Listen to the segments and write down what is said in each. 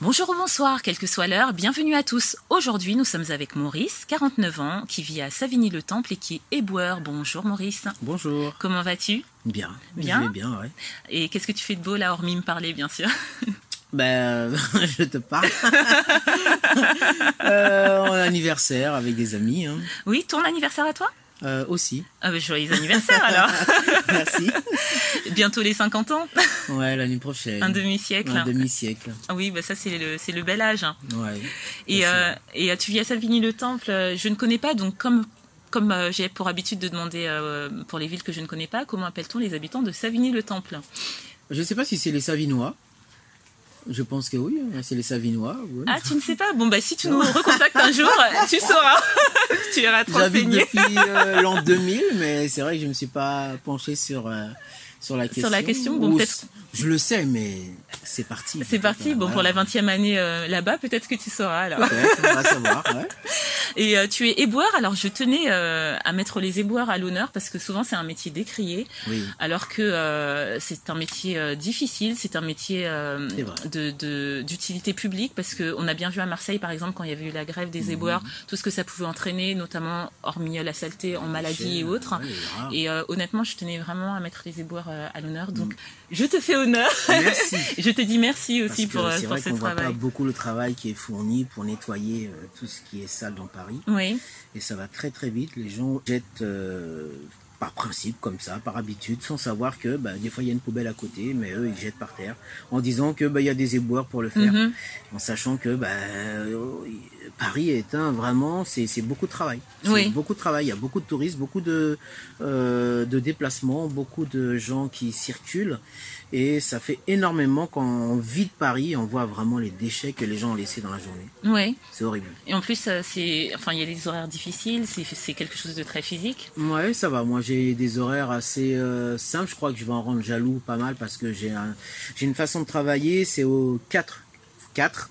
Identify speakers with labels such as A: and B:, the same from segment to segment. A: Bonjour ou bonsoir, quelle que soit l'heure, bienvenue à tous. Aujourd'hui, nous sommes avec Maurice, 49 ans, qui vit à Savigny-le-Temple et qui est éboueur. Bonjour Maurice.
B: Bonjour.
A: Comment vas-tu
B: Bien.
A: Bien
B: Je vais bien, ouais.
A: Et qu'est-ce que tu fais de beau là, hormis me parler, bien sûr
B: Ben, je te parle. euh, en anniversaire avec des amis, hein.
A: Oui, ton anniversaire à toi
B: Euh, aussi.
A: ah ben, Joyeux anniversaire alors
B: Merci.
A: Bientôt les 50 ans,
B: Ouais, l'année prochaine.
A: un demi-siècle.
B: Un demi-siècle.
A: Ah oui, bah ça c'est le, c'est le bel âge. hein.
B: Ouais.
A: Et,
B: Ça, c'est-
A: euh, et euh, tu vis à Savigny-le-Temple, euh, je ne connais pas, donc comme, comme euh, j'ai pour habitude de demander euh, pour les villes que je ne connais pas, comment appelle-t-on les habitants de Savigny-le-Temple
B: Je ne sais pas si c'est les Savinois. Je pense que oui, hein, c'est les Savinois. ouais.
A: Ah, tu ne sais pas Bon, bah si tu nous recontactes un jour, tu sauras. tu iras te
B: J'habite
A: renseigner
B: depuis euh, l'an 2000, mais c'est vrai que je ne me suis pas penché sur, euh, sur la question.
A: la question, bon,
B: Ou
A: peut-être-
B: Je le sais, mais c'est parti.
A: C'est parti, bon, pour la 20e année euh, là-bas, peut-être que tu sauras alors.
B: Peut-être, on va savoir. ouais.
A: Et euh, tu es éboueur, alors je tenais euh, à mettre les éboueurs à l'honneur parce que souvent c'est un métier décrié.
B: Oui.
A: Alors que euh, c'est un métier euh, difficile, c'est un métier euh,
B: C'est vrai.
A: de- de- d'utilité publique parce que on a bien vu à Marseille par exemple quand il y avait eu la grève
B: Mhm.
A: des éboueurs, tout ce que ça pouvait entraîner, notamment hormis euh, la saleté en maladie et autres.
B: Ouais, grave.
A: Et euh, honnêtement, je tenais vraiment à mettre les éboueurs euh, à l'honneur, donc
B: Mm.
A: je te fais honneur.
B: Merci.
A: je te dis merci
B: Parce
A: aussi
B: que
A: pour, euh,
B: c'est
A: pour
B: vrai
A: ce
B: qu'on voit pas
A: travail.
B: beaucoup le travail qui est fourni pour nettoyer euh, tout ce qui est sale dans Paris.
A: Oui,
B: Et ça va très très vite. Les gens jettent euh, par principe, comme ça, par habitude, sans savoir que bah, des fois il y a une poubelle à côté, mais eux ils jettent par terre en disant que bah, il y a des éboueurs pour le faire,
A: Mhm.
B: en sachant que bah, euh, Paris est un vraiment, c'est c'est beaucoup de travail. C'est
A: Oui.
B: Beaucoup de travail. Il y a beaucoup de touristes, beaucoup de, euh, de déplacements, beaucoup de gens qui circulent. Et ça fait énormément quand on vide Paris, on voit vraiment les déchets que les gens ont laissés dans la journée.
A: oui.
B: C'est horrible.
A: Et en plus, euh, c'est, enfin, il y a des horaires difficiles, c'est- c'est quelque chose de très physique.
B: Ouais, ça va. Moi, j'ai des horaires assez euh, simples. Je crois que je vais en rendre jaloux pas mal parce que j'ai un, j'ai une façon de travailler. C'est au 4, 4,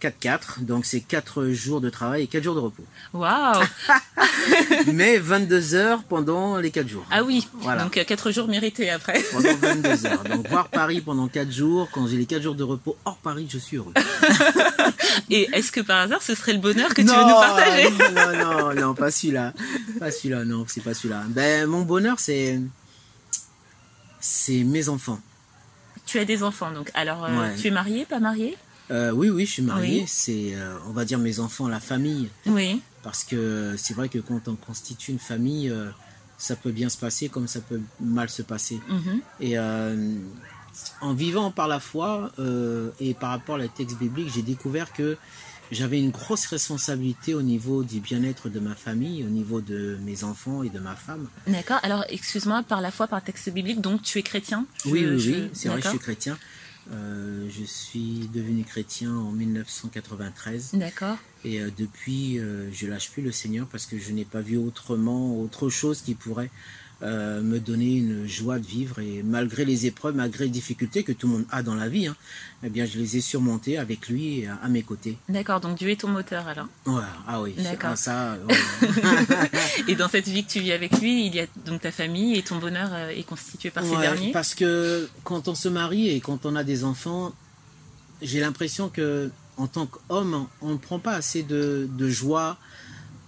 B: 4, 4. Donc, c'est 4 jours de travail et 4 jours de repos.
A: Waouh
B: Mais 22 heures pendant les 4 jours.
A: Ah oui,
B: Voilà.
A: donc euh, quatre jours mérités après.
B: Pendant 22 heures. Donc, voir Paris pendant 4 jours. Quand j'ai les 4 jours de repos hors Paris, je suis heureux.
A: Et est-ce que par hasard ce serait le bonheur que tu veux nous partager
B: euh, Non, non, non, pas celui-là. Pas celui-là, non, c'est pas celui-là. Ben, mon bonheur, c'est, c'est mes enfants.
A: Tu as des enfants donc, alors euh,
B: Ouais.
A: tu es marié, pas marié
B: Euh, oui, oui, je suis marié.
A: Oui.
B: C'est, euh, on va dire, mes enfants, la famille.
A: Oui,
B: Parce que c'est vrai que quand on constitue une famille, euh, ça peut bien se passer comme ça peut mal se passer.
A: Mhm.
B: Et euh, en vivant par la foi euh, et par rapport à les textes bibliques, j'ai découvert que j'avais une grosse responsabilité au niveau du bien-être de ma famille, au niveau de mes enfants et de ma femme.
A: d'accord. Alors excuse-moi, par la foi, par le texte biblique, donc tu es chrétien Je-
B: Oui, oui,
A: je-
B: oui, c'est vrai, je suis
A: d'accord.
B: chrétien. Euh, je suis devenu chrétien en 1993.
A: D'accord,
B: Et euh, depuis, euh, je lâche plus le Seigneur parce que je n'ai pas vu autrement, autre chose qui pourrait euh, me donner une joie de vivre. Et malgré les épreuves, malgré les difficultés que tout le monde a dans la vie, hein, eh bien, je les ai surmontées avec lui et à, à mes côtés.
A: d'accord. Donc Dieu est ton moteur alors.
B: Ouais, ah oui,
A: D'accord.
B: ah, ça, ouais.
A: Et dans cette vie que tu vis avec lui, il y a donc ta famille et ton bonheur euh, est constitué par ces
B: Ouais,
A: derniers.
B: Parce que quand on se marie et quand on a des enfants, j'ai l'impression que en tant qu'homme, on ne prend pas assez de, de joie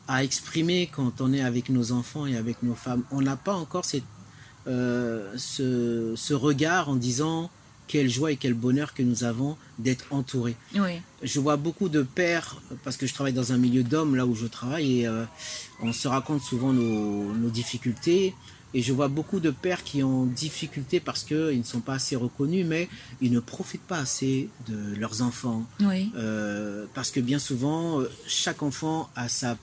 B: à exprimer quand on est avec nos enfants et avec nos femmes. On n'a pas encore cette, euh, ce, ce regard en disant quelle joie et quel bonheur que nous avons d'être entourés
A: Oui,
B: je vois beaucoup de pères, parce que je travaille dans un milieu d'hommes là où je travaille, et euh, on se raconte souvent nos, nos difficultés. Et je vois beaucoup de pères qui ont difficulté parce qu'ils ne sont pas assez reconnus, mais ils ne profitent pas assez de leurs enfants.
A: oui,
B: Euh, parce que bien souvent, euh, chaque enfant a sa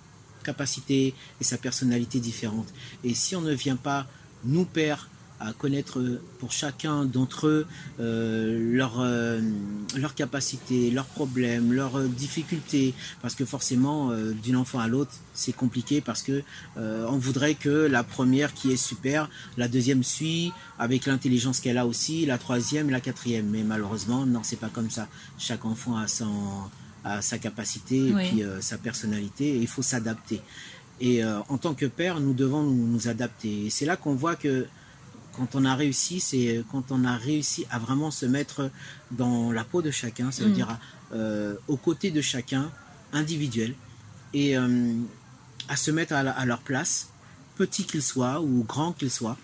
B: capacité et sa personnalité différente. Et si on ne vient pas, nous pères, à connaître euh, pour chacun d'entre eux euh, leurs euh, leurs capacités, leurs problèmes, leurs euh, difficultés, parce que forcément euh, d'un enfant à l'autre c'est compliqué parce que euh, on voudrait que la première qui est super, la deuxième suit avec l'intelligence qu'elle a aussi, la troisième, la quatrième, mais malheureusement non c'est pas comme ça. Chaque enfant a son a sa capacité et
A: Oui.
B: puis euh, sa personnalité et il faut s'adapter. Et euh, en tant que père, nous devons nous, nous adapter. Et c'est là qu'on voit que quand on a réussi, c'est euh, quand on a réussi à vraiment se mettre dans la peau de chacun, ça veut
A: Mm.
B: dire à- euh, aux côtés de chacun, individuel, et euh, à se mettre à, la- à leur place, petit qu'ils soient ou grand qu'ils soient,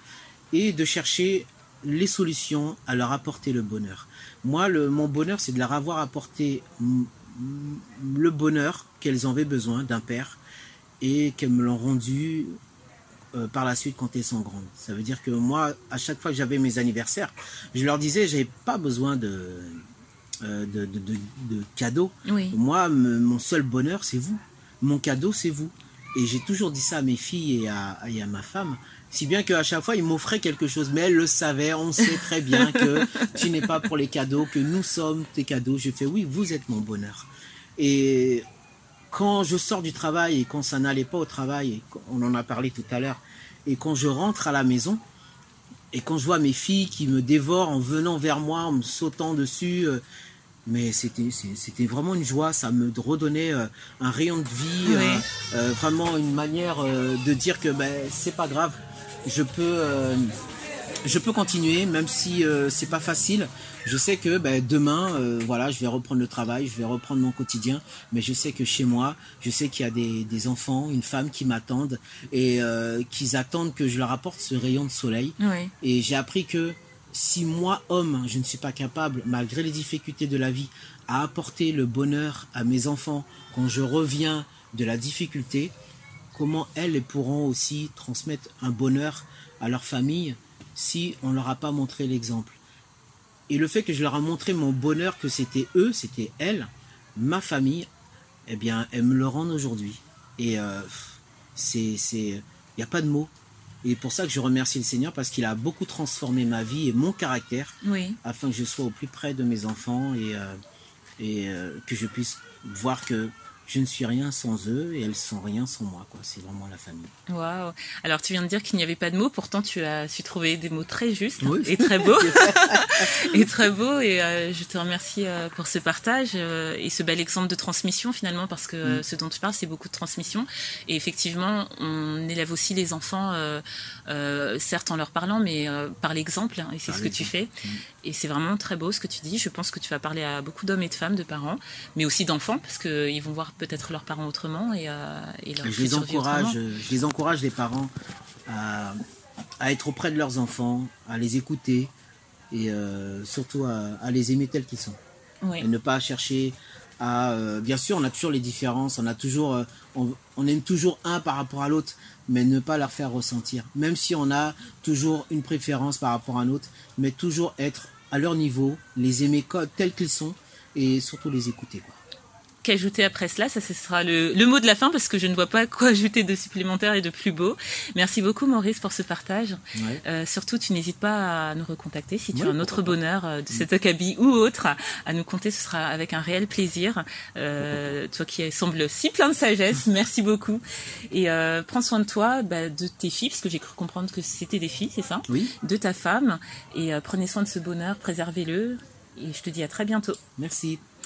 B: et de chercher les solutions à leur apporter le bonheur. Moi, le, mon bonheur, c'est de leur avoir apporté mm, mm, le bonheur qu'elles en avaient besoin d'un père et qu'elles me l'ont rendu euh, par la suite quand elles sont grandes. Ça veut dire que moi, à chaque fois que j'avais mes anniversaires, je leur disais, j'avais pas besoin de, euh, de, de- de- de cadeaux.
A: Oui.
B: Moi, me- mon seul bonheur, c'est vous. Mon cadeau, c'est vous. Et j'ai toujours dit ça à mes filles et à, et à ma femme. Si bien qu'à chaque fois, ils m'offraient quelque chose, mais elles le savaient. On sait très bien que tu n'es pas pour les cadeaux, que nous sommes tes cadeaux. Je fais oui, vous êtes mon bonheur. Et quand je sors du travail et quand ça n'allait pas au travail, et qu- on en a parlé tout à l'heure, et quand je rentre à la maison, et quand je vois mes filles qui me dévorent en venant vers moi, en me sautant dessus, euh, mais c'était c'est- c'était vraiment une joie, ça me redonnait euh, un rayon de vie,
A: Oui.
B: euh, euh, vraiment une manière euh, de dire que ben c'est pas grave, je peux euh, je peux continuer même si euh, c'est pas facile. Je sais que ben, demain euh, voilà, je vais reprendre le travail, je vais reprendre mon quotidien, mais je sais que chez moi, je sais qu'il y a des, des enfants, une femme qui m'attendent et euh, qu'ils attendent que je leur apporte ce rayon de soleil.
A: Oui.
B: Et j'ai appris que si moi, homme, je ne suis pas capable, malgré les difficultés de la vie, à apporter le bonheur à mes enfants quand je reviens de la difficulté, comment elles elles pourront aussi transmettre un bonheur à leur famille si on ne leur a pas montré l'exemple Et le fait que je leur ai montré mon bonheur, que c'était eux, c'était elles, ma famille, eh bien, elles me le rendent aujourd'hui. Et euh, c'est, il n'y a pas de mots. Et pour ça que je remercie le Seigneur parce qu'il a beaucoup transformé ma vie et mon caractère
A: Oui.
B: afin que je sois au plus près de mes enfants et, euh, et euh, que je puisse voir que je ne suis rien sans eux et elles sont rien sans moi. Quoi. C'est vraiment la famille.
A: Waouh. Alors, tu viens de dire qu'il n'y avait pas de mots, pourtant tu as su trouver des mots très justes
B: Oui.
A: et très beaux. et très beaux. Et euh, je te remercie euh, pour ce partage euh, et ce bel exemple de transmission finalement, parce
B: Mm.
A: que euh, ce dont tu parles, c'est beaucoup de transmission. Et effectivement, on élève aussi les enfants, euh, euh, certes en leur parlant, mais euh, par l'exemple. hein, et c'est
B: Par Mm.
A: ce que tu fais. Et c'est vraiment très beau ce que tu dis. Je pense que tu vas parler à beaucoup d'hommes et de femmes, de parents, mais aussi d'enfants, parce qu'ils vont voir peut-être leurs parents autrement et, euh, et leur
B: Et je les
A: future vie autrement.
B: encourage, euh, je les encourage les parents à, à être auprès de leurs enfants, à les écouter et euh, surtout à- à les aimer tels qu'ils sont.
A: Oui.
B: et ne pas chercher à euh, bien sûr on a toujours les différences on a toujours euh, on, on aime toujours un par rapport à l'autre mais ne pas leur faire ressentir même si on a toujours une préférence par rapport à un autre mais toujours être à leur niveau les aimer co- tels qu'ils sont et surtout les écouter quoi.
A: qu'ajouter après cela. Ça, ce sera le, le mot de la fin parce que je ne vois pas quoi ajouter de supplémentaire et de plus beau. Merci beaucoup, Maurice, pour ce partage.
B: Ouais.
A: Euh, surtout, tu n'hésites pas à nous recontacter si tu
B: Oui,
A: as un autre
B: pourquoi Mm.
A: bonheur euh, de cet acabit ou autre à, à nous compter. Ce sera avec un réel plaisir. Euh, toi qui semble si plein de sagesse, merci beaucoup. Et euh, prends soin de toi, bah, de tes filles, parce que j'ai cru comprendre que c'était des filles, c'est ça
B: oui
A: De ta femme. Et euh, prenez soin de ce bonheur, préservez-le. Et je te dis à très bientôt.
B: merci